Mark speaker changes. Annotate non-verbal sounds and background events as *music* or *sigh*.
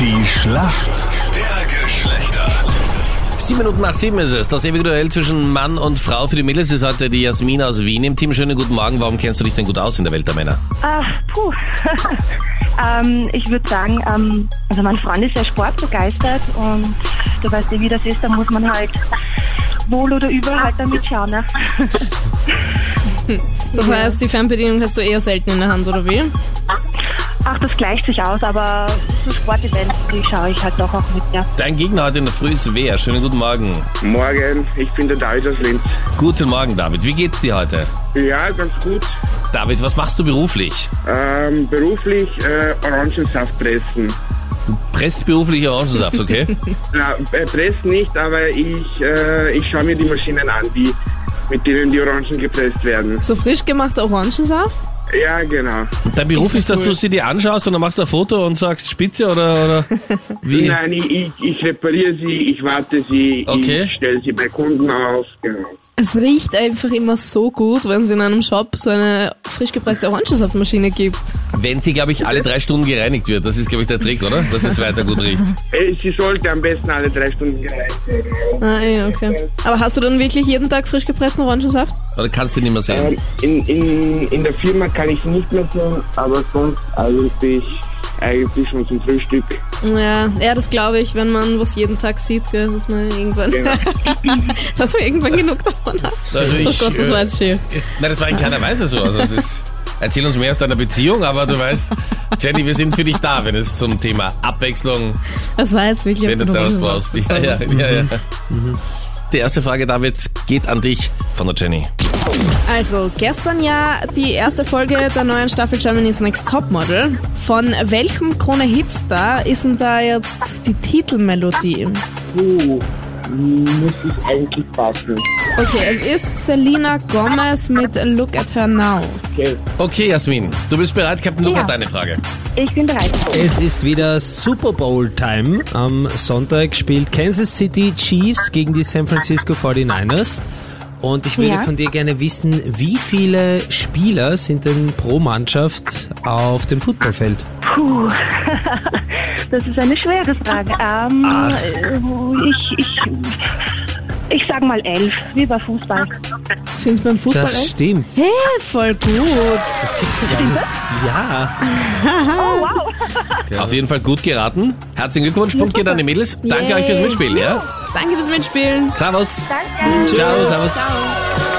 Speaker 1: Die Schlacht der Geschlechter.
Speaker 2: Sieben Minuten nach sieben ist es. Das ewige Duell zwischen Mann und Frau für die Mädels ist heute die Jasmin aus Wien im Team. Schönen guten Morgen. Warum kennst du dich denn gut aus in der Welt der Männer?
Speaker 3: Ah, puh. *laughs* ähm, ich würde sagen, ähm, also mein Freund ist sehr sportbegeistert und du weißt ja, wie das ist, da muss man halt wohl oder übel halt damit schauen. Ne? *laughs*
Speaker 4: Das heißt, die Fernbedienung hast du eher selten in der Hand, oder wie?
Speaker 3: Ach, das gleicht sich aus, aber zu Sportevents, die schaue ich halt doch auch mit, ja.
Speaker 2: Dein Gegner heute in der Früh ist wer? Schönen guten Morgen.
Speaker 5: Morgen, ich bin der David aus Linz.
Speaker 2: Guten Morgen, David. Wie geht's dir heute?
Speaker 5: Ja, ganz gut.
Speaker 2: David, was machst du beruflich?
Speaker 5: Ähm, beruflich äh, Orangensaft pressen.
Speaker 2: Presst beruflich
Speaker 4: *laughs*
Speaker 2: Orangensaft, okay?
Speaker 5: Na, äh, pressen nicht, aber ich, äh, ich schaue mir die Maschinen an, die, mit denen die Orangen gepresst werden.
Speaker 4: So frisch gemachter Orangensaft?
Speaker 5: Ja, genau.
Speaker 2: Dein Beruf ist, dass du sie dir anschaust und dann machst du ein Foto und sagst Spitze
Speaker 4: *laughs*
Speaker 2: oder, oder wie?
Speaker 5: Nein, ich, ich, ich repariere sie, ich warte sie,
Speaker 2: Okay.
Speaker 5: ich stelle sie bei Kunden auf. Genau.
Speaker 4: Es riecht einfach immer so gut, wenn es in einem Shop so eine frisch gepresste Orangensaftmaschine gibt.
Speaker 2: Wenn sie, glaube ich, alle drei Stunden gereinigt wird. Das ist, glaube ich, der Trick, oder? Dass es weiter gut riecht.
Speaker 5: Äh, sie sollte am besten alle drei Stunden gereicht werden.
Speaker 4: Ah, ja, okay. Aber hast du dann wirklich jeden Tag frisch gepressten Orangensaft?
Speaker 2: Oder kannst du nicht mehr sehen?
Speaker 5: Ähm, in, in, in der Firma kann ich nicht mehr sehen, aber sonst eigentlich, eigentlich schon zum Frühstück.
Speaker 4: Ja, ja, das glaube ich, wenn man was jeden Tag sieht, gell, dass man irgendwann,
Speaker 5: Genau.
Speaker 4: *laughs* dass man irgendwann genug davon hat.
Speaker 2: Also ich,
Speaker 4: oh Gott, das
Speaker 2: äh,
Speaker 4: war jetzt schön.
Speaker 2: Nein, das war in keiner Weise so. Also es ist, erzähl uns mehr aus deiner Beziehung, aber du weißt, Jenny, wir sind für dich da, wenn es zum Thema Abwechslung,
Speaker 4: Das war jetzt wirklich
Speaker 2: wenn du
Speaker 4: ein
Speaker 2: da was brauchst. Ja, ja, ja, ja. Mhm. Die erste Frage, David, geht an dich von der Jenny.
Speaker 4: Also, gestern ja die erste Folge der neuen Staffel Germany's Next Topmodel. Von welchem Krone Hitstar ist denn da jetzt die Titelmelodie?
Speaker 5: Puh, muss ich eigentlich passen.
Speaker 4: Okay, es ist Selena Gomez mit Look at Her Now.
Speaker 5: Okay.
Speaker 2: Okay, Jasmin, du bist bereit, Captain Luke
Speaker 3: Ja.
Speaker 2: hat deine Frage.
Speaker 3: Ich bin bereit.
Speaker 6: Es ist wieder Super Bowl Time. Am Sonntag spielt Kansas City Chiefs gegen die San Francisco 49ers. Und ich würde
Speaker 3: Ja.
Speaker 6: von dir gerne wissen, wie viele Spieler sind denn pro Mannschaft auf dem Footballfeld?
Speaker 3: Puh, das ist eine schwere Frage. Ähm, äh, ich, ich, ich sag mal elf, wie bei Fußball.
Speaker 4: Sind beim Fußball
Speaker 6: Das
Speaker 4: echt?
Speaker 6: stimmt.
Speaker 4: Hey, voll gut.
Speaker 6: Das gibt's ja gar nicht. Ja.
Speaker 3: Oh, wow.
Speaker 2: Auf jeden Fall gut geraten. Herzlichen Glückwunsch, Punkt geht an die Mädels. Danke
Speaker 4: Yay.
Speaker 2: euch fürs Mitspielen, ja?
Speaker 4: Danke fürs Mitspielen.
Speaker 2: Servus.
Speaker 3: Danke.
Speaker 2: Ciao, servus.
Speaker 4: Ciao.